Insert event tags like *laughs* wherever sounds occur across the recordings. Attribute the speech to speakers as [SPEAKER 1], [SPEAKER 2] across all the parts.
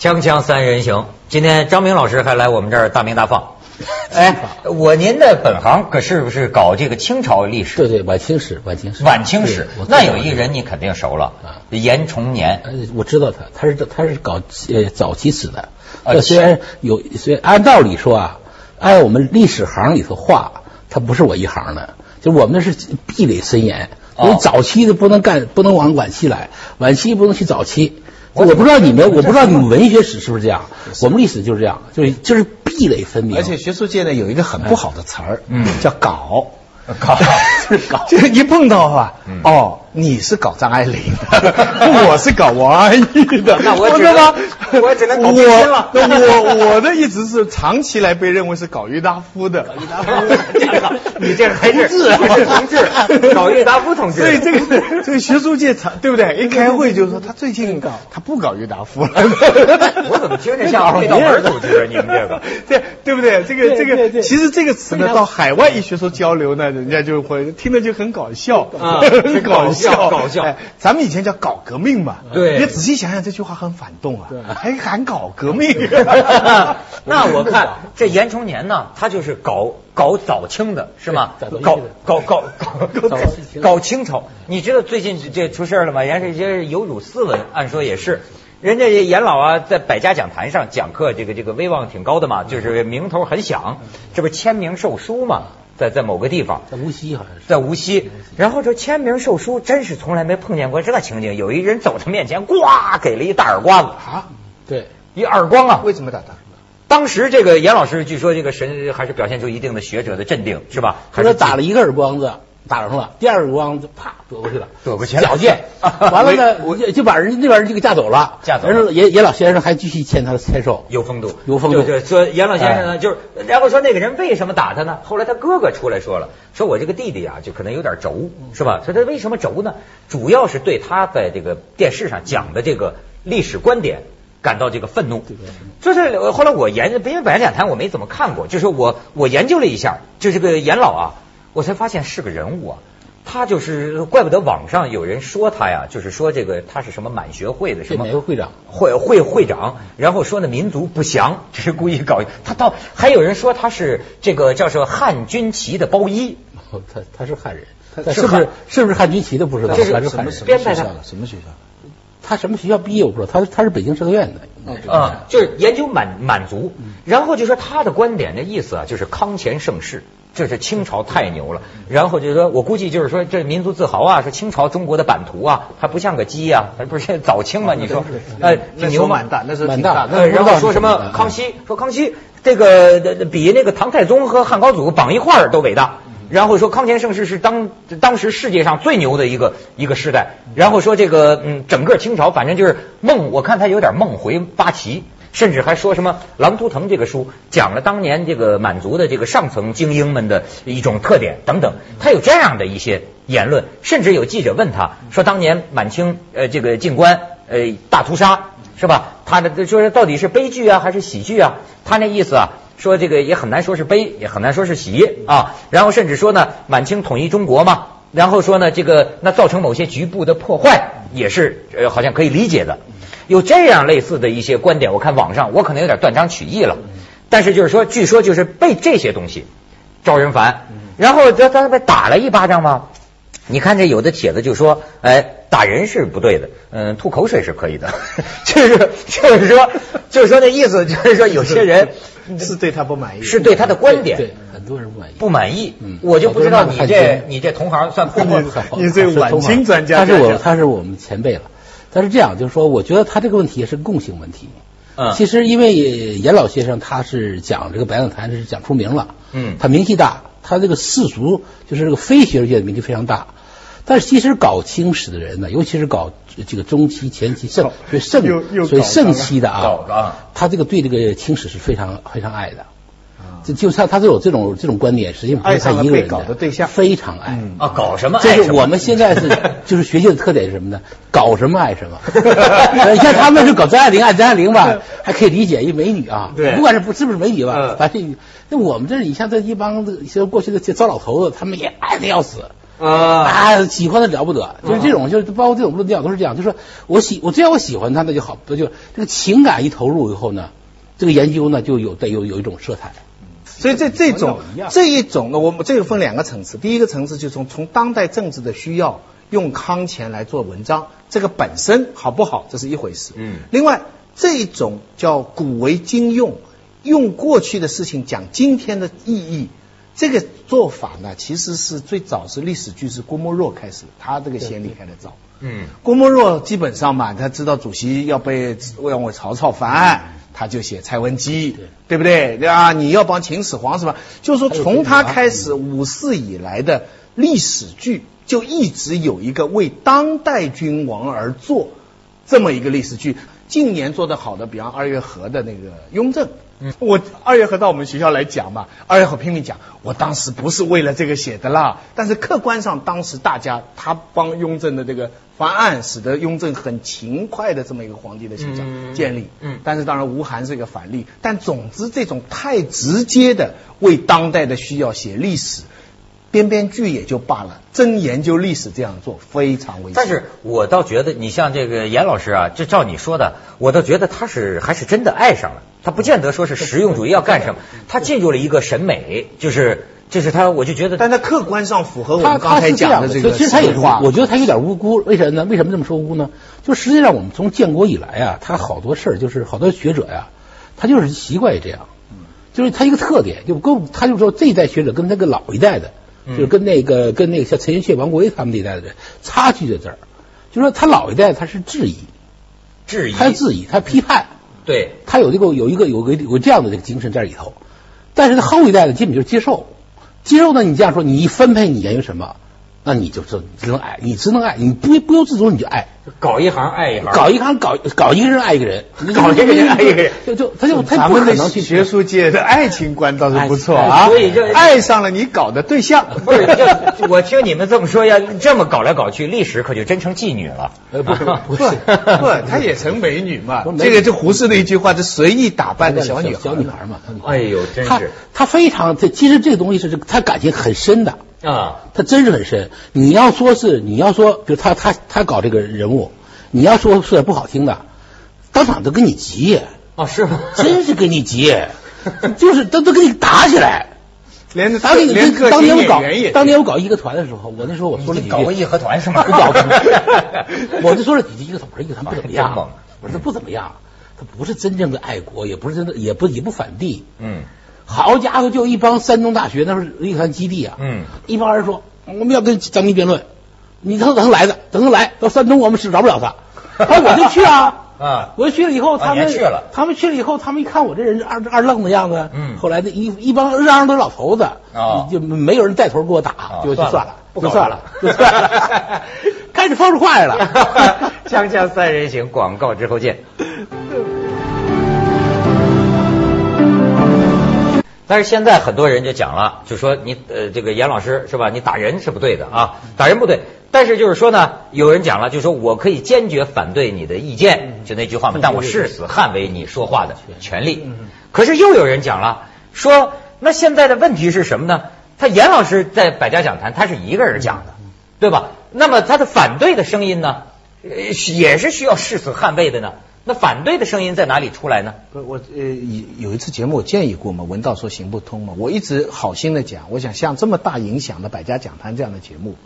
[SPEAKER 1] 锵锵三人行，今天张明老师还来我们这儿大鸣大
[SPEAKER 2] *laughs*
[SPEAKER 1] 放。哎，我您的本行可是不是搞这个清朝历史？
[SPEAKER 2] 对对，晚清史，晚清史，
[SPEAKER 1] 晚清史
[SPEAKER 2] 对我，知道
[SPEAKER 1] 那有一个人你肯定熟了
[SPEAKER 2] 啊，
[SPEAKER 1] 严崇年。
[SPEAKER 2] *laughs* 呃，我知道他，他是他是搞呃早期史的。
[SPEAKER 1] 啊
[SPEAKER 2] 这虽然有，虽然按道理说啊，按我们历史行里头话，他不是我一行的，就我们那是壁垒森严，
[SPEAKER 1] 哦
[SPEAKER 2] 因为早期的不能干，不能往晚期来，晚期不能去早期。
[SPEAKER 1] 我
[SPEAKER 2] 我不知道你们，
[SPEAKER 1] 我
[SPEAKER 2] 我不知道你们文学史是不是这样，我们历史就是这样，就是就是壁垒分明。
[SPEAKER 3] 而且学术界呢有一个很不好的词儿，
[SPEAKER 1] 嗯
[SPEAKER 3] 叫搞。
[SPEAKER 1] *laughs* 搞嗯
[SPEAKER 3] 就是搞，就是 *laughs* 一碰到啊，哦，你是搞张爱玲的， *laughs* 我是搞王安忆的，
[SPEAKER 1] *laughs* 那我只
[SPEAKER 3] 知道
[SPEAKER 1] 能我只能搞冰心了
[SPEAKER 3] 我我我的一直是长期来被认为是搞郁达夫的，郁达夫
[SPEAKER 1] 你这还是
[SPEAKER 2] 啊
[SPEAKER 1] 同
[SPEAKER 2] *laughs*
[SPEAKER 1] 志，搞郁达
[SPEAKER 3] *laughs*
[SPEAKER 1] 夫同志。
[SPEAKER 3] 所以这个这个学术界常对不对？一开会就说他最近搞他不搞郁达夫了，
[SPEAKER 1] *laughs* 我怎么听着
[SPEAKER 3] *laughs*
[SPEAKER 1] 像黑道门组织？啊你们这个，
[SPEAKER 3] 对对不对？这个这
[SPEAKER 2] 对
[SPEAKER 3] 个，
[SPEAKER 2] 对
[SPEAKER 3] 其实这个词呢，到海外一学术交流呢，人家就会听着就很搞笑，
[SPEAKER 1] 啊
[SPEAKER 3] *laughs* 很
[SPEAKER 1] 搞笑搞笑
[SPEAKER 3] 哎咱们以前叫搞革命嘛，
[SPEAKER 1] 对
[SPEAKER 3] 你仔细想想这句话很反动啊，还喊搞革命。 *laughs* 啊
[SPEAKER 1] *laughs* 那我看
[SPEAKER 2] *laughs*
[SPEAKER 1] 这严崇年呢，他就是搞搞早清的，是吗
[SPEAKER 2] 对？
[SPEAKER 1] 搞
[SPEAKER 2] 早清的
[SPEAKER 1] 搞搞搞搞
[SPEAKER 2] 早清
[SPEAKER 1] 搞清朝。你知道最近这出事儿了吗？人家这些有辱斯文，按说也是。人家严老啊，在百家讲坛上讲课，这个这个威望挺高的嘛，就是名头很响，这不签名售书嘛，在在某个地方。
[SPEAKER 2] 在无锡好像是。
[SPEAKER 1] 在无锡，然后这签名售书，真是从来没碰见过这情景。有一人走他面前，呱给了一大耳刮子，
[SPEAKER 3] 啊，
[SPEAKER 2] 对，
[SPEAKER 1] 一耳光啊！
[SPEAKER 3] 为什么打他？
[SPEAKER 1] 当时这个严老师据说这个神还是表现出一定的学者的镇定，是吧？
[SPEAKER 2] 他
[SPEAKER 1] 还
[SPEAKER 2] 说
[SPEAKER 1] 是
[SPEAKER 2] 打了一个耳光子，打上了，第二个耳光子啪躲过去了，
[SPEAKER 1] 躲过去了，
[SPEAKER 2] 矫健
[SPEAKER 3] *laughs* 啊
[SPEAKER 2] 完了呢，就就把人家那边人就给架走了，
[SPEAKER 1] 架走了
[SPEAKER 2] 然后严严老先生还继续签他的签售，
[SPEAKER 1] 有风度，
[SPEAKER 2] 有风度哎
[SPEAKER 1] 对对，说严老先生呢，就是然后说那个人为什么打他呢？后来他哥哥出来说了，说我这个弟弟啊，就可能有点轴，是吧？说他为什么轴呢？主要是对他在这个电视上讲的这个历史观点。感到这个愤怒，就是我后来我研，因为百家讲坛我没怎么看过，就是我我研究了一下，就这个严老啊，我才发现是个人物啊。他就是怪不得网上有人说他呀，就是说这个他是什么满学会的什
[SPEAKER 2] 这
[SPEAKER 1] 么
[SPEAKER 2] 哪个会长？
[SPEAKER 1] 会会会长，然后说呢民族不详， *laughs* 这是故意搞。他到还有人说他是这个叫什么汉军旗的包衣，
[SPEAKER 2] 哦他他是汉人，
[SPEAKER 3] 他
[SPEAKER 2] 但
[SPEAKER 3] 是
[SPEAKER 2] 是不是
[SPEAKER 1] 汉
[SPEAKER 2] 是不是汉军旗的不知道，
[SPEAKER 1] 这是
[SPEAKER 2] 他是
[SPEAKER 3] 什
[SPEAKER 2] 汉
[SPEAKER 3] 么
[SPEAKER 2] 人
[SPEAKER 3] 什，么
[SPEAKER 1] 编
[SPEAKER 3] 学
[SPEAKER 1] 排的
[SPEAKER 3] 校的？什么学校的？
[SPEAKER 2] 他什么学校毕业我不知道，他他是北京社科院的，应
[SPEAKER 3] 嗯
[SPEAKER 2] 该是
[SPEAKER 1] 啊、就是研究满满族，然后就说他的观点的意思啊，就是康乾盛世，这是清朝太牛了。然后就说，我估计就是说这民族自豪啊，说清朝中国的版图啊，还不像个鸡啊，还不是早清嘛？
[SPEAKER 3] 啊
[SPEAKER 1] 你说，呃，挺
[SPEAKER 3] 那时
[SPEAKER 1] 牛
[SPEAKER 3] 候
[SPEAKER 1] 嘛
[SPEAKER 3] 蛮大，那时候
[SPEAKER 2] 蛮
[SPEAKER 3] 挺
[SPEAKER 2] 大
[SPEAKER 3] 大。
[SPEAKER 2] 啊那
[SPEAKER 1] 呃，
[SPEAKER 2] 不知道
[SPEAKER 1] 然后说什
[SPEAKER 2] 是什么
[SPEAKER 1] 么
[SPEAKER 2] 嗯
[SPEAKER 1] 康熙，说康熙这个呃比那个唐太宗和汉高祖绑一块儿都伟大。
[SPEAKER 2] 嗯
[SPEAKER 1] 然后说康乾盛世是当当时世界上最牛的一个一个时代。然后说这个嗯，整个清朝反正就是梦，我看他有点梦回八旗，甚至还说什么《狼图腾》这个书讲了当年这个满族的这个上层精英们的一种特点等等。他有这样的一些言论，甚至有记者问他说，当年满清呃这个进关呃大屠杀是吧？他的就是到底是悲剧啊还是喜剧啊？他那意思啊，说这个也很难说是悲，也很难说是喜啊。然后甚至说呢，满清统一中国嘛，然后说呢，这个那造成某些局部的破坏也是呃好像可以理解的。有这样类似的一些观点，我看网上我可能有点断章取义了，但是就是说，据说就是被这些东西赵仁凡，然后他他被打了一巴掌嘛。你看这有的帖子就说，哎，打人是不对的，嗯，吐口水是可以的， *laughs* 就是就是说就是说那意思就是说有些人
[SPEAKER 3] 是对他不满意，
[SPEAKER 1] 是对他的观
[SPEAKER 2] 对
[SPEAKER 1] 点，
[SPEAKER 2] 很多人不满意。
[SPEAKER 1] 不满意
[SPEAKER 2] 嗯，
[SPEAKER 1] 我就不知道你
[SPEAKER 2] 好多人骂他
[SPEAKER 1] 这
[SPEAKER 2] 汉奸
[SPEAKER 1] 你这同行算混
[SPEAKER 2] *laughs*
[SPEAKER 1] 混。
[SPEAKER 3] 你这晚清专家
[SPEAKER 2] 他是
[SPEAKER 3] 这
[SPEAKER 2] 我
[SPEAKER 3] 样
[SPEAKER 2] 他是我们前辈了，但是这样就是说，我觉得他这个问题也是共性问题。
[SPEAKER 1] 嗯
[SPEAKER 2] 其实因为严老先生他是讲这个白讲坛是讲出名了，
[SPEAKER 1] 嗯
[SPEAKER 2] 他名气大，他这个世俗就是这个非学术界的名气非常大。但是其实搞清史的人呢，尤其是搞这个中期、前期盛，所以
[SPEAKER 3] 又
[SPEAKER 2] 盛
[SPEAKER 3] 又
[SPEAKER 2] 所以
[SPEAKER 3] 搞
[SPEAKER 2] 盛期的
[SPEAKER 1] 搞了
[SPEAKER 2] 啊，他这个对这个清史是非常非常爱的。
[SPEAKER 3] 啊
[SPEAKER 2] 就就像他这种这种这种观点，实际上不是他
[SPEAKER 3] 爱上了
[SPEAKER 2] 一个人
[SPEAKER 3] 被搞的对象
[SPEAKER 2] 非常爱。
[SPEAKER 3] 嗯
[SPEAKER 1] 啊，搞什么爱
[SPEAKER 2] 这
[SPEAKER 1] 什
[SPEAKER 2] 是
[SPEAKER 1] 么？
[SPEAKER 2] 我们现在
[SPEAKER 1] *laughs*
[SPEAKER 2] 是就是学习的特点是什么呢？搞什么爱什么。你像他们是搞张爱玲爱张爱玲吧，还可以理解一美女啊，
[SPEAKER 3] 对
[SPEAKER 2] 不管是不是不是美女吧
[SPEAKER 3] 嗯，
[SPEAKER 2] 反正那我们这儿你像这一帮这些过去的这糟老头子，他们也爱的要死。
[SPEAKER 1] 啊，
[SPEAKER 2] 啊，喜欢的了不得，就是这种，就是包括这种论调都是这样，就是我喜我只要我喜欢他，那就好，那就这个情感一投入以后呢，这个研究呢就有得有有一种色彩。
[SPEAKER 3] 所以这这种
[SPEAKER 2] 一样
[SPEAKER 3] 这一种呢，我们这个分两个层次，第一个层次就是从从当代政治的需要用康乾来做文章，这个本身好不好，这是一回事。
[SPEAKER 1] 嗯
[SPEAKER 3] 另外这一种叫古为今用，用过去的事情讲今天的意义。这个做法呢，其实是最早是历史剧是郭沫若开始，他这个先例开的早。
[SPEAKER 1] 嗯，
[SPEAKER 3] 郭沫若基本上嘛，他知道主席要被要为曹操反，他就写蔡文姬
[SPEAKER 2] 对，
[SPEAKER 3] 对不对？对啊，你要帮秦始皇什么？就是说
[SPEAKER 2] 还有
[SPEAKER 3] 从他
[SPEAKER 2] 这个啊
[SPEAKER 3] 开始，五四以来的历史剧就一直有一个为当代君王而做这么一个历史剧。近年做得好的，比方二月河的那个《雍正》，嗯，我二月河到我们学校来讲嘛，二月河拼命讲，我当时不是为了这个写的啦，但是客观上当时大家他帮雍正的这个方案，使得雍正很勤快的这么一个皇帝的形象
[SPEAKER 1] 嗯
[SPEAKER 3] 建立，
[SPEAKER 1] 嗯
[SPEAKER 3] 但是当然吴晗是一个反例，但总之这种太直接的为当代的需要写历史。编编剧也就罢了，真研究历史这样做非常危险。
[SPEAKER 1] 但是我倒觉得，你像这个严老师啊，就照你说的，我倒觉得他是还是真的爱上了，他不见得说是实用主义要干什么，他进入了一个审美，就是就是他，我就觉得
[SPEAKER 3] 但它客观上符合我
[SPEAKER 2] 他
[SPEAKER 3] 们哦刚
[SPEAKER 2] 他
[SPEAKER 3] 才
[SPEAKER 2] 是这
[SPEAKER 3] 讲
[SPEAKER 2] 样
[SPEAKER 3] 的这
[SPEAKER 2] 所
[SPEAKER 3] 个
[SPEAKER 2] 以其实他也
[SPEAKER 3] 实话。
[SPEAKER 2] 我觉得他有点无辜，为什么呢？为什么这么说无辜呢？就实际上我们从建国以来啊，他好多事儿就是好多学者呀、他就是习惯于这样，
[SPEAKER 3] 嗯
[SPEAKER 2] 就是他一个特点，就跟他就说这一代学者跟那个老一代的，
[SPEAKER 3] 嗯
[SPEAKER 2] 就是跟那个跟那个像陈寅恪、王国维他们那一代的人差距在这儿，就说他老一代他是质疑，
[SPEAKER 1] 质疑，
[SPEAKER 2] 他是质疑，他批判。
[SPEAKER 3] 嗯
[SPEAKER 1] 对，
[SPEAKER 2] 他有这个有一个有个有这样的这个精神在里头，但是他后一代呢，基本就是接受，接受呢，你这样说，你一分配你研究什么，那你就只你只能爱，你只能爱，你不不由自主你就爱，
[SPEAKER 1] 搞一行爱一行，
[SPEAKER 2] 搞一行搞搞一个人爱一个人，
[SPEAKER 1] *laughs* 搞一个人爱一个人
[SPEAKER 2] 就就他就他
[SPEAKER 3] 咱
[SPEAKER 2] 不
[SPEAKER 3] 们
[SPEAKER 2] 可
[SPEAKER 3] 的
[SPEAKER 2] 能去
[SPEAKER 3] 学术界的爱情观倒是不错
[SPEAKER 1] 哎
[SPEAKER 3] 啊，
[SPEAKER 1] 所以这
[SPEAKER 3] 爱上了你搞的对象，
[SPEAKER 1] 不是，这 *laughs* 我听你们这么说，要这么搞来搞去，历史可就真成妓女了。
[SPEAKER 2] 呃不是不
[SPEAKER 1] *laughs*
[SPEAKER 3] 不
[SPEAKER 2] 是
[SPEAKER 3] *laughs* 不，她也成美女嘛
[SPEAKER 2] *laughs* 不是。美女
[SPEAKER 3] 这个就胡适的一句话，就随意打扮的小女孩，
[SPEAKER 2] 小女孩嘛，小女孩
[SPEAKER 1] 哎呦，真
[SPEAKER 2] 他
[SPEAKER 1] 是
[SPEAKER 2] 他非常这其实这个东西是他感情很深的，
[SPEAKER 1] 啊，
[SPEAKER 2] 他真是很深。你要说是，你要说，比如他他他搞这个人物，你要说说点不好听的，当场都跟你急，
[SPEAKER 1] 哦是吗？ *laughs*
[SPEAKER 2] 真是跟你急，就是他都跟你打起来。
[SPEAKER 3] 连
[SPEAKER 2] 当年
[SPEAKER 3] 连个
[SPEAKER 2] 当
[SPEAKER 3] 性
[SPEAKER 2] 年我
[SPEAKER 3] 演
[SPEAKER 2] 搞
[SPEAKER 3] 员也，
[SPEAKER 2] 当年我搞一个团的时候，我那时候我说了几
[SPEAKER 1] 你
[SPEAKER 2] 句，
[SPEAKER 1] 搞过义和团是
[SPEAKER 2] 我
[SPEAKER 1] *laughs* 吗？
[SPEAKER 2] 搞过，我就说了几句，一个团一个团不怎
[SPEAKER 1] 哎
[SPEAKER 2] 么
[SPEAKER 1] 真
[SPEAKER 2] 样
[SPEAKER 1] 猛，
[SPEAKER 2] 我说不怎么样，他不是真正的爱国，也不是真的，也不也不反帝，
[SPEAKER 1] 嗯
[SPEAKER 2] 好家伙，就一帮山东大学那时候义团基地啊，
[SPEAKER 1] 嗯，
[SPEAKER 2] 一帮人说我们要跟张明辩论，你等等他来的，等他来到山东，我们是饶不了
[SPEAKER 1] *laughs*
[SPEAKER 2] 他。哎，我就去啊，
[SPEAKER 1] 啊，
[SPEAKER 2] 我就去了以后，他
[SPEAKER 1] 啊
[SPEAKER 2] 们
[SPEAKER 1] 你还去了
[SPEAKER 2] 他们去了以后，他们一看我这人二二愣的样子，
[SPEAKER 1] 嗯
[SPEAKER 2] 后来那一一帮嚷嚷都是老头子，
[SPEAKER 1] 哦
[SPEAKER 2] 就没有人带头给我打，
[SPEAKER 1] 哦
[SPEAKER 2] 就就
[SPEAKER 1] 算
[SPEAKER 2] 算
[SPEAKER 1] 了
[SPEAKER 2] 了，
[SPEAKER 1] 不搞
[SPEAKER 2] 就
[SPEAKER 1] 了
[SPEAKER 2] 算了，就
[SPEAKER 1] *laughs*
[SPEAKER 2] 算了，开始放出话来了。 *laughs*
[SPEAKER 1] 锵锵三人行，广告之后见。但是现在很多人就讲了，就说你呃这个严老师是吧？你打人是不对的啊，打人不对。但是就是说呢，有人讲了，就说我可以坚决反对你的意见，就那句话嘛，但我誓死捍卫你说话的权利。可是又有人讲了，说那现在的问题是什么呢？他严老师在百家讲坛，他是一个人讲的，对吧？那么他的反对的声音呢，呃是也是需要誓死捍卫的呢。那反对的声音在哪里出来呢？
[SPEAKER 3] 不是我呃有有一次节目我建议过嘛，文道说行不通嘛，我一直好心的讲，我想像这么大影响的百家讲坛这样的节目，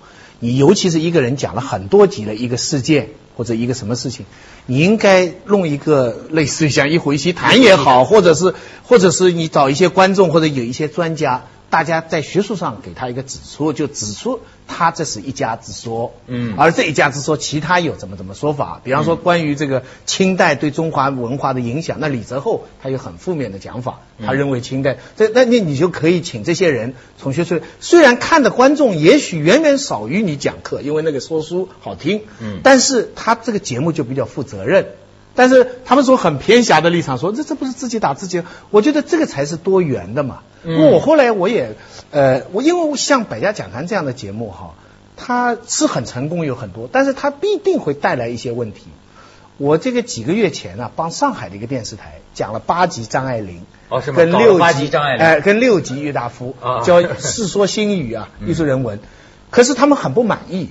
[SPEAKER 3] 你尤其是一个人讲了很多集的一个事件或者一个什么事情，你应该弄一个类似于像一回席谈也好，或者是或者是你找一些观众或者有一些专家，大家在学术上给他一个指出，就指出他这是一家之说，
[SPEAKER 1] 嗯
[SPEAKER 3] 而这一家之说，其他有怎么怎么说法？比方说关于这个清代对中华文化的影响，那李泽厚他有很负面的讲法，他
[SPEAKER 1] 嗯
[SPEAKER 3] 认为清代，这那你你就可以请这些人从学术，虽然看的观众也许远远少于你讲课，因为那个说书好听，
[SPEAKER 1] 嗯
[SPEAKER 3] 但是他这个节目就比较负责任。但是他们从很偏狭的立场说，这这不是自己打自己，我觉得这个才是多元的嘛。
[SPEAKER 1] 嗯
[SPEAKER 3] 我后来我也，呃，我因为像百家讲坛这样的节目哈，它是很成功有很多，但是它必定会带来一些问题。我这个几个月前啊，帮上海的一个电视台讲了八集张爱玲，
[SPEAKER 1] 哦是吗
[SPEAKER 3] 跟
[SPEAKER 1] 搞了
[SPEAKER 3] 六
[SPEAKER 1] 八集张爱玲
[SPEAKER 3] 哎、跟六集郁达夫，
[SPEAKER 1] 啊嗯
[SPEAKER 3] 叫《世说新语》啊，艺术人文。可是他们很不满意，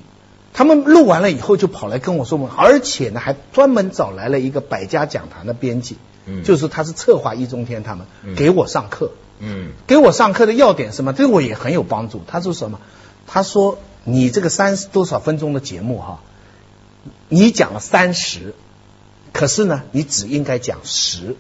[SPEAKER 3] 他们录完了以后就跑来跟我说我们，而且呢还专门找来了一个百家讲坛的编辑，
[SPEAKER 1] 嗯
[SPEAKER 3] 就是他是策划易中天他们、
[SPEAKER 1] 嗯
[SPEAKER 3] 给我上课，
[SPEAKER 1] 嗯
[SPEAKER 3] 给我上课的要点是什么？对我也很有帮助。他说什么？他说你这个三十多少分钟的节目哈、你讲了三十，可是呢，你只应该讲十，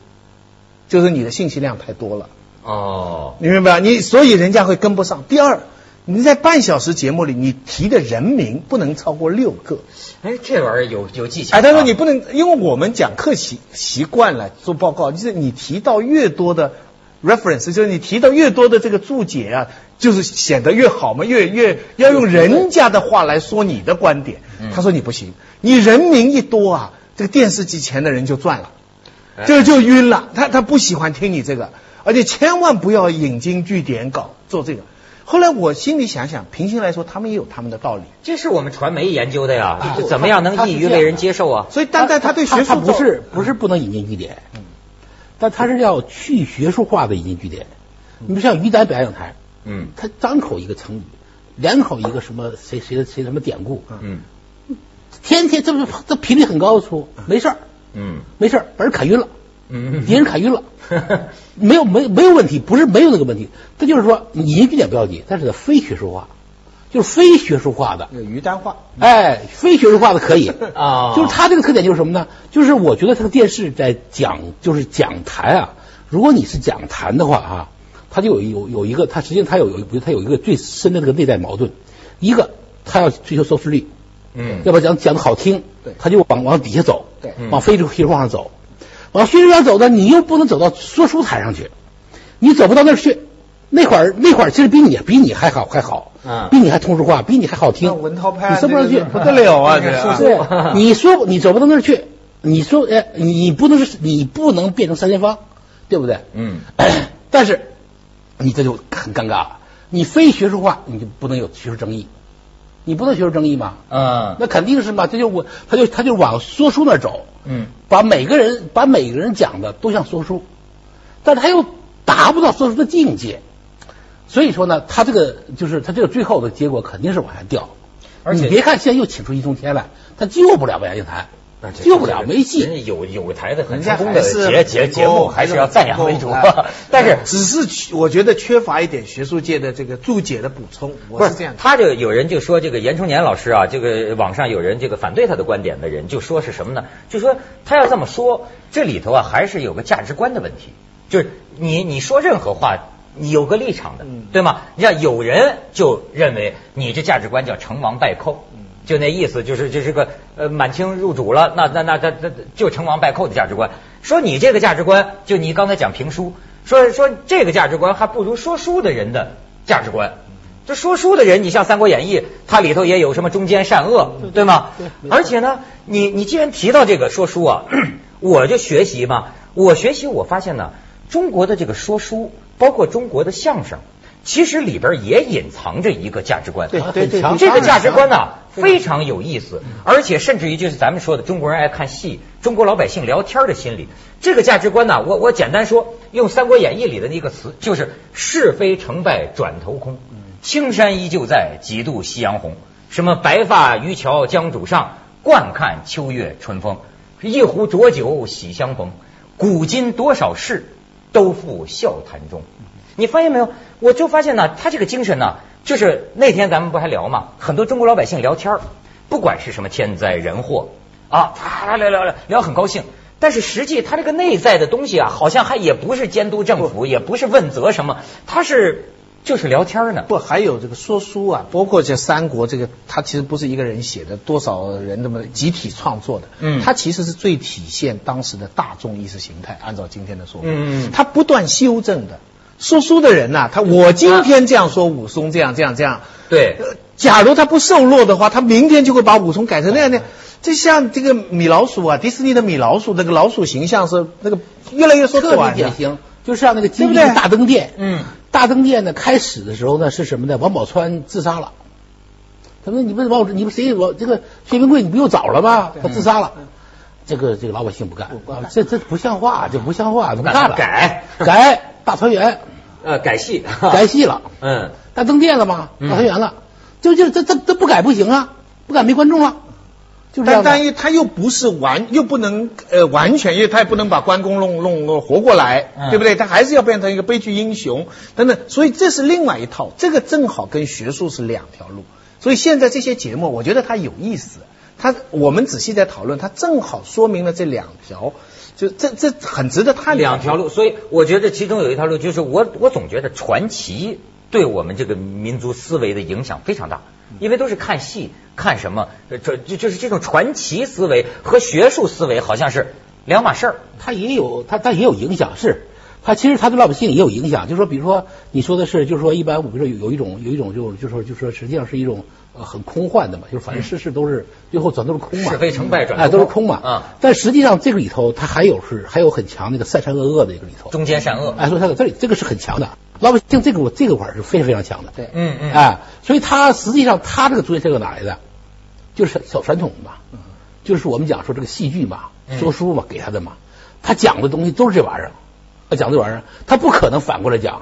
[SPEAKER 3] 就是你的信息量太多了，
[SPEAKER 1] 哦
[SPEAKER 3] 你明白吧？你所以人家会跟不上。第二，你在半小时节目里，你提的人名不能超过六个。
[SPEAKER 1] 哎这玩意儿有有技巧啊
[SPEAKER 3] 哎，他说你不能，因为我们讲课习习惯了做报告，就是你提到越多的 reference，就是你提到越多的这个注解啊，就是显得越好嘛，越越要用人家的话来说你的观点。
[SPEAKER 2] 嗯
[SPEAKER 3] 他说你不行，你人名一多啊，这个电视机前的人就赚了。
[SPEAKER 2] 哎
[SPEAKER 3] 这就晕了。他他不喜欢听你这个，而且千万不要引经据典搞做这个。后来我心里想想，平心来说，他们也有他们的道理。
[SPEAKER 1] 这是我们传媒研究的呀，
[SPEAKER 2] 啊
[SPEAKER 1] 就是怎么样能易于为人接受啊？
[SPEAKER 3] 所以，但但他对学
[SPEAKER 2] 他
[SPEAKER 3] 术
[SPEAKER 2] 不
[SPEAKER 3] 做嗯
[SPEAKER 2] 是不是不能引经据典，但他是要去学术化的引经据典。
[SPEAKER 3] 嗯
[SPEAKER 2] 你不像于丹表演台，
[SPEAKER 1] 嗯
[SPEAKER 2] 他张口一个成语，两口一个什么谁谁谁什么典故，
[SPEAKER 1] 嗯
[SPEAKER 2] 天天这不这频率很高的出，没事儿
[SPEAKER 1] 嗯
[SPEAKER 2] 没事儿，把人砍晕了，
[SPEAKER 1] 嗯
[SPEAKER 2] 敌人砍晕了。没有没没有问题，不是没有那个问题，这就是说你引经典不要紧，但是得非学术化，就是非学术化的，
[SPEAKER 3] 有于丹话，
[SPEAKER 2] 哎，非学术化的可以
[SPEAKER 1] 啊
[SPEAKER 2] 就是它这个特点就是什么呢？就是我觉得它的电视在讲，就是讲坛啊，如果你是讲坛的话啊，它就有有有一个，它实际上它有有，比如它有一个最深的这个内在矛盾，一个它要追求收视率，
[SPEAKER 1] 嗯
[SPEAKER 2] 要不然讲讲的好听
[SPEAKER 3] 对，
[SPEAKER 2] 他就往往底下走，
[SPEAKER 3] 对
[SPEAKER 1] 嗯
[SPEAKER 2] 往非洲非洲上走，往非洲上走呢，你又不能走到说书台上去，你走不到那儿去。那会儿那会儿其实比你比你还好还好，
[SPEAKER 1] 嗯
[SPEAKER 2] 比你还通俗化，比你还好
[SPEAKER 3] 啊那
[SPEAKER 2] 听。
[SPEAKER 3] 文韬拍案
[SPEAKER 2] 你上不上去
[SPEAKER 3] 这个不得
[SPEAKER 2] *laughs*
[SPEAKER 3] 了啊
[SPEAKER 1] 这个
[SPEAKER 3] 这个
[SPEAKER 2] 对
[SPEAKER 1] 啊，
[SPEAKER 2] 你说你走不到那儿去，你说哎，你不能是你不能变成三千方，对不对？
[SPEAKER 1] 嗯
[SPEAKER 2] *coughs* 但是你这就很尴尬了，你非学术化，你就不能有学术争议，你不能学术争议嘛。
[SPEAKER 1] 嗯
[SPEAKER 2] 那肯定是嘛，他就我，他就他就往说书那儿走，
[SPEAKER 1] 嗯
[SPEAKER 2] 把每个人把每个人讲的都像说书，但是他又达不到说书的境界，所以说呢，他这个就是他这个最后的结果肯定是往下掉。
[SPEAKER 1] 而且
[SPEAKER 2] 你别看现在又请出易中天来，他救不了百家乐坛，救不了没
[SPEAKER 1] 人家
[SPEAKER 2] 戏。
[SPEAKER 1] 有有台的很成
[SPEAKER 3] 人家
[SPEAKER 1] 功
[SPEAKER 3] 还
[SPEAKER 1] 的
[SPEAKER 3] 是
[SPEAKER 1] 节节节目，还是要赞扬为主。 *laughs* 嗯但是
[SPEAKER 3] 只是缺我觉得缺乏一点学术界的这个注解的补充，
[SPEAKER 1] 不
[SPEAKER 3] 我
[SPEAKER 1] 是
[SPEAKER 3] 是这样的。
[SPEAKER 1] 他这有人就说这个严崇年老师啊，这个网上有人这个反对他的观点的人就说是什么呢？就说他要这么说，这里头啊还是有个价值观的问题，就是你你说任何话。你有个立场的
[SPEAKER 3] 嗯，
[SPEAKER 1] 对吗？你像有人就认为你这价值观叫成王败寇，就那意思，就是就是个呃满清入主了，那那那那那就成王败寇的价值观。说你这个价值观，就你刚才讲评书，说说这个价值观还不如说书的人的价值观。这说书的人，你像《三国演义》，它里头也有什么忠奸善恶，对吗？而且呢，你你既然提到这个说书啊，我就学习嘛，我学习我发现呢，中国的这个说书，包括中国的相声，其实里边也隐藏着一个价值观。
[SPEAKER 3] 对对对，
[SPEAKER 2] 很强
[SPEAKER 1] 这个价值观呢、
[SPEAKER 3] 非
[SPEAKER 1] 非
[SPEAKER 3] 常
[SPEAKER 1] 常有意思，而且甚至于就是咱们说的中国人爱看戏，中国老百姓聊天的心理。这个价值观呢、我我简单说，用《三国演义》里的那个词，就是是非成败转头空，青山依旧在，几度夕阳红。什么白发渔樵江渚上，惯看秋月春风。一壶浊酒喜相逢，古今多少事，都付笑谈中。你发现没有？我就发现呢，他这个精神呢，就是那天咱们不还聊嘛，很多中国老百姓聊天儿，不管是什么天灾人祸啊，啪聊聊聊聊很高兴。但是实际他这个内在的东西啊，好像还也不是监督政府，也不是问责什么，他是就是聊天儿呢。
[SPEAKER 3] 不，还有这个说书啊，包括这三国这个，它其实不是一个人写的，多少人这么集体创作的，
[SPEAKER 1] 嗯
[SPEAKER 3] 它其实是最体现当时的大众意识形态，按照今天的说法，
[SPEAKER 1] 嗯嗯嗯
[SPEAKER 3] 它不断修正的。说书的人呐、他我今天这样说武松这样这样这样，
[SPEAKER 1] 对，
[SPEAKER 3] 呃假如他不受落的话，他明天就会把武松改成那样的。这像这个米老鼠啊，迪士尼的米老鼠，那个老鼠形象是那个越来越说
[SPEAKER 2] 特别
[SPEAKER 3] 短
[SPEAKER 2] 典
[SPEAKER 3] 的，
[SPEAKER 2] 型，就像那个
[SPEAKER 3] 对
[SPEAKER 2] 金
[SPEAKER 3] 不
[SPEAKER 2] 陵
[SPEAKER 3] 对
[SPEAKER 2] 大灯店，
[SPEAKER 1] 嗯
[SPEAKER 2] 大灯店呢，开始的时候呢是什么呢？王宝钏自杀了。他说：“你问王宝，你不谁？我这个薛平贵，你不又找了吗？他自杀了。这个这个老百姓不干，啊这这不像话，这不像话，怎么干了？
[SPEAKER 1] 改
[SPEAKER 2] 改大团圆， *laughs*
[SPEAKER 1] 呃，改戏，
[SPEAKER 2] 改戏了，
[SPEAKER 1] 嗯
[SPEAKER 2] 大灯店了吗？
[SPEAKER 1] 嗯
[SPEAKER 2] 大团圆了。就就这这这不改不行啊，不改没观众了，就是这
[SPEAKER 3] 但
[SPEAKER 2] 样的。
[SPEAKER 3] 但又他又不是完，又不能呃完全，因为他也不能把关公弄弄弄活过来，
[SPEAKER 1] 嗯
[SPEAKER 3] 对不对？他还是要变成一个悲剧英雄等等，所以这是另外一套，这个正好跟学术是两条路。所以现在这些节目，我觉得它有意思，它我们仔细在讨论，它正好说明了这两条，就这这很值得探讨。
[SPEAKER 1] 两条路，所以我觉得其中有一条路就是我我总觉得传奇对我们这个民族思维的影响非常大，因为都是看戏看什么，呃这就就是这种传奇思维和学术思维好像是两码事儿。
[SPEAKER 2] 它也有它它也有影响，是它其实它对老百姓也有影响。就说比如说你说的是，就是说一般我们说有有一种有一种就就说就说实际上是一种呃很空幻的嘛，就是反正世事都是、最后嗯转都是空嘛，
[SPEAKER 1] 是非成败转
[SPEAKER 2] 哎
[SPEAKER 1] 头
[SPEAKER 2] 都是空嘛。
[SPEAKER 1] 嗯
[SPEAKER 2] 但实际上这个里头它还有是还有很强那个善善恶恶的一个里头。
[SPEAKER 1] 中间善恶，
[SPEAKER 2] 哎，说它这里这个是很强的，老百姓这个我这个块儿是非常非常强的。
[SPEAKER 3] 对
[SPEAKER 1] 嗯嗯，
[SPEAKER 2] 哎，所以它实际上它这个东西是个哪来的？就是小传统嘛，就是我们讲说这个戏剧嘛、
[SPEAKER 1] 嗯
[SPEAKER 2] 说书嘛给他的嘛，他讲的东西都是这玩意儿，他讲这玩意儿，他不可能反过来讲，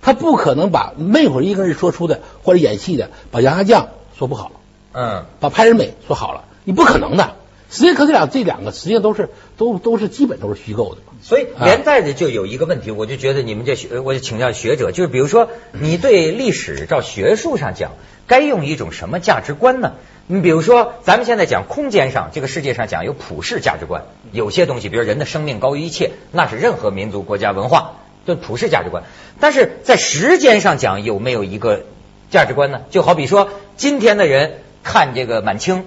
[SPEAKER 2] 他不可能把那会儿一个人说出的或者演戏的，把杨家将说不好，
[SPEAKER 1] 嗯，
[SPEAKER 2] 把拍人美说好了，你不可能的。实际上，可这两这两个实际上都是都都是基本都是虚构的嘛。
[SPEAKER 1] 所以连带着就有一个问题，我就觉得你们这学，我就请教学者，就是比如说你对历史照学术上讲，该用一种什么价值观呢？你比如说，咱们现在讲空间上，这个世界上讲有普世价值观，有些东西，比如人的生命高于一切，那是任何民族、国家、文化的普世价值观。但是在时间上讲，有没有一个价值观呢？就好比说，今天的人看这个满清，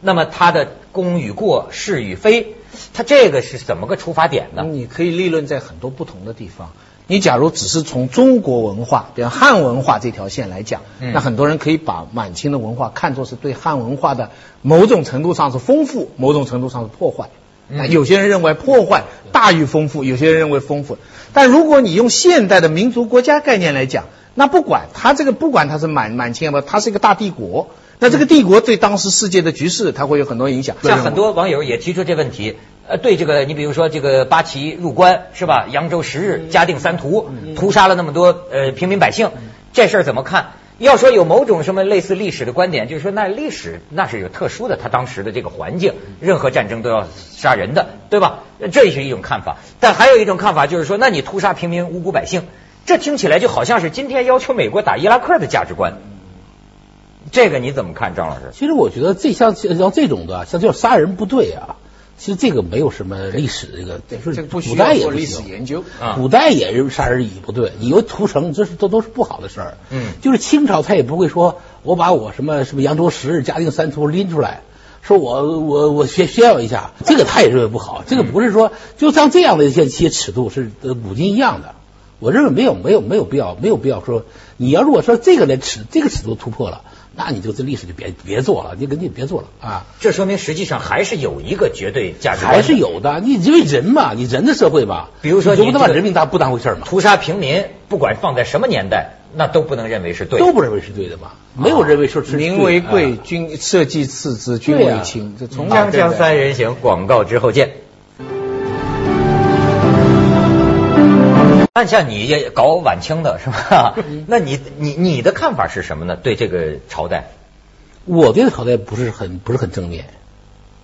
[SPEAKER 1] 那么他的功与过、是与非，他这个是怎么个出发点呢？
[SPEAKER 3] 嗯你可以立论在很多不同的地方。你假如只是从中国文化，比方汉文化这条线来讲，
[SPEAKER 1] 嗯
[SPEAKER 3] 那很多人可以把满清的文化看作是对汉文化的某种程度上是丰富，某种程度上是破坏。
[SPEAKER 1] 嗯
[SPEAKER 3] 那有些人认为破坏大于丰富，有些人认为丰富。但如果你用现代的民族国家概念来讲，那不管它这个，不管它是满满清不，它是一个大帝国。那这个帝国对当时世界的局势，它会有很多影响。
[SPEAKER 1] 嗯像很多网友也提出这问题，呃，对这个，你比如说这个八旗入关是吧？扬州十日，嘉定三屠，屠杀了那么多呃平民百姓，这事儿怎么看？要说有某种什么类似历史的观点，就是说那历史那是有特殊的，他当时的这个环境，任何战争都要杀人的，对吧？呃这是一种看法。但还有一种看法就是说，那你屠杀平民无辜百姓，这听起来就好像是今天要求美国打伊拉克的价值观。这个你怎么看，张老师？
[SPEAKER 2] 其实我觉得这像像这种的啊，像这种杀人部队啊，其实这个没有什么历史这个，
[SPEAKER 3] 对
[SPEAKER 2] 就
[SPEAKER 3] 这
[SPEAKER 2] 是
[SPEAKER 3] 个不需
[SPEAKER 2] 古
[SPEAKER 3] 要
[SPEAKER 2] 代也
[SPEAKER 3] 做
[SPEAKER 2] 不
[SPEAKER 3] 历
[SPEAKER 2] 行
[SPEAKER 3] 史研究。
[SPEAKER 1] 啊
[SPEAKER 2] 古代也是杀人以不对，你有屠城，这是都都是不好的事儿。
[SPEAKER 1] 嗯
[SPEAKER 2] 就是清朝他也不会说我把我什么什么扬州十日、嘉定三屠拎出来，说我我我炫炫耀一下，这个他也认为不好。这个不是说就像这样的一些一些尺度是呃古今一样的，我认为没有没有没有必要没有必要说你要如果说这个来尺这个尺度突破了，那你就这历史就别别做了，你肯定别做了啊。
[SPEAKER 1] 这说明实际上还是啊有一个绝对价值观的，
[SPEAKER 2] 还是有的，你因为人嘛，你人的社会嘛，
[SPEAKER 1] 比如说
[SPEAKER 2] 你就
[SPEAKER 1] 你
[SPEAKER 2] 不能把
[SPEAKER 1] 这个
[SPEAKER 2] 人民当不当回事儿嘛。
[SPEAKER 1] 屠杀平民，不管放在什么年代，那都不能认为是对的。嗯
[SPEAKER 2] 都不认为是对的嘛，没有认为说是对的
[SPEAKER 3] 民为贵，
[SPEAKER 2] 啊
[SPEAKER 3] 君社稷次之，君
[SPEAKER 2] 对
[SPEAKER 3] 为
[SPEAKER 2] 啊
[SPEAKER 3] 轻。这从
[SPEAKER 1] 锵锵三人行，广告之后见。按像你也搞晚清的是吧？ *laughs* 那你你你的看法是什么呢？对这个朝代
[SPEAKER 2] 我对朝代不是很不是很正面，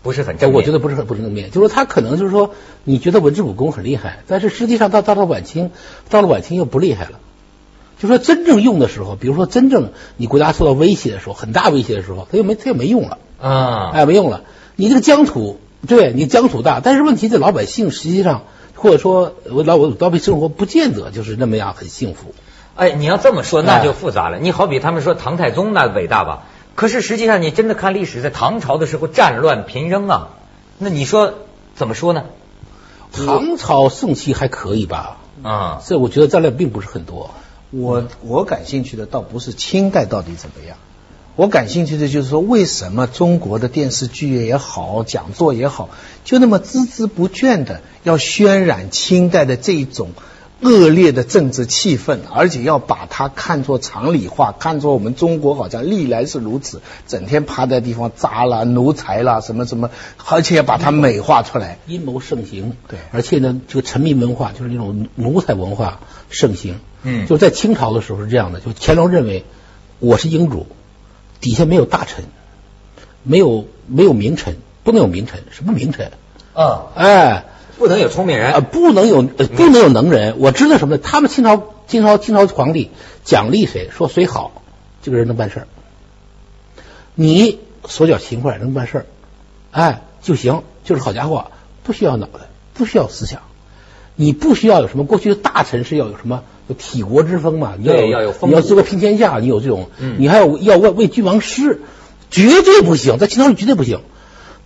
[SPEAKER 1] 不是很正面，
[SPEAKER 2] 我觉得不是很不是正面，就是说他可能就是说，你觉得文治武功很厉害，但是实际上到到了晚清，到了晚清又不厉害了。就说真正用的时候，比如说真正你国家受到威胁的时候，很大威胁的时候，他又没他又没用了，
[SPEAKER 1] 啊，
[SPEAKER 2] 哎，没用了。你这个疆土，对你疆土大，但是问题这老百姓实际上或者说我老我老百姓生活不见得就是那么样很幸福。
[SPEAKER 1] 哎，你要这么说，那
[SPEAKER 2] 哎
[SPEAKER 1] 就复杂了。你好比他们说唐太宗那伟大吧，可是实际上你真的看历史，在唐朝的时候战乱频仍啊，那你说怎么说呢？
[SPEAKER 2] 唐朝盛期还可以吧？
[SPEAKER 1] 啊，
[SPEAKER 2] 这我觉得战略并不是很多。
[SPEAKER 3] 我我感兴趣的倒不是清代到底怎么样，我感兴趣的就是说，为什么中国的电视剧也好，讲座也好，就那么孜孜不倦的要渲染清代的这种恶劣的政治气氛，而且要把它看作常理化，看作我们中国好像历来是如此，整天趴在地方扎啦、奴才啦、什么什么，而且要把它美化出来。
[SPEAKER 2] 阴谋盛行，
[SPEAKER 3] 对
[SPEAKER 2] 而且呢，这个臣民文化就是那种奴才文化盛行，
[SPEAKER 1] 嗯
[SPEAKER 2] 就在清朝的时候是这样的，就乾隆认为我是英主，底下没有大臣，没有没有名臣，不能有名臣，什么名臣？
[SPEAKER 1] 嗯，
[SPEAKER 2] 哎，
[SPEAKER 1] 不能有聪明人
[SPEAKER 2] 啊，不能有呃不能有能人。我知道什么呢？他们清朝清朝清朝皇帝奖励谁，说谁好，这个人能办事儿。你手脚勤快，能办事儿，哎就行，就是好家伙，不需要脑袋，不需要思想，你不需要有什么过去的大臣是要有什么。有体国之风嘛，你要
[SPEAKER 1] 对要有风
[SPEAKER 2] 你要
[SPEAKER 1] 骨
[SPEAKER 2] 做个平天下，你有这种，
[SPEAKER 1] 嗯
[SPEAKER 2] 你还要要为为君王师，绝对不行，在清朝是绝对不行。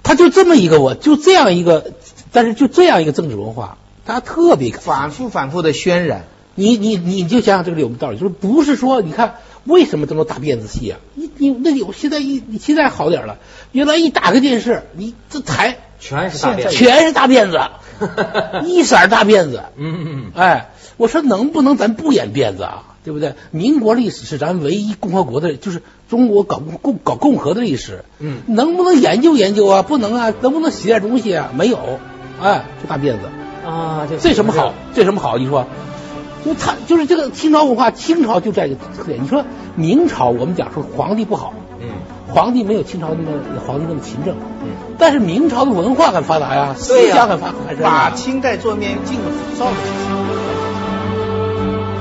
[SPEAKER 2] 他就这么一个，我就这样一个，但是就这样一个政治文化，他特别
[SPEAKER 3] 反复反复的渲染，
[SPEAKER 2] 你你你就想想这个里有没有道理？就是不是说你看为什么这么多大辫子戏啊？你你那有现在一你现在好点了，原来一打开电视，你这台
[SPEAKER 1] 全是大变。
[SPEAKER 2] 全是大辫子，一色儿大辫子。
[SPEAKER 1] 嗯嗯
[SPEAKER 2] 哎，我说能不能咱不演辫子啊？对不对？民国历史是咱唯一共和国的，就是中国搞共共搞共和的历史。
[SPEAKER 1] 嗯
[SPEAKER 2] 能不能研究研究啊？不能啊，能不能写点东西啊？没有，哎，就大辫子，
[SPEAKER 1] 嗯啊，
[SPEAKER 2] 这什么好？这什么好？你说，就他就是这个清朝文化，清朝就这个特点。你说明朝，我们讲说皇帝不好，
[SPEAKER 1] 嗯，
[SPEAKER 2] 皇帝没有清朝那么皇帝那么勤政，
[SPEAKER 1] 嗯
[SPEAKER 2] 但是明朝的文化很发达呀，思
[SPEAKER 1] 对呀
[SPEAKER 2] 想很发达呀，
[SPEAKER 3] 把清代做面尽了少了。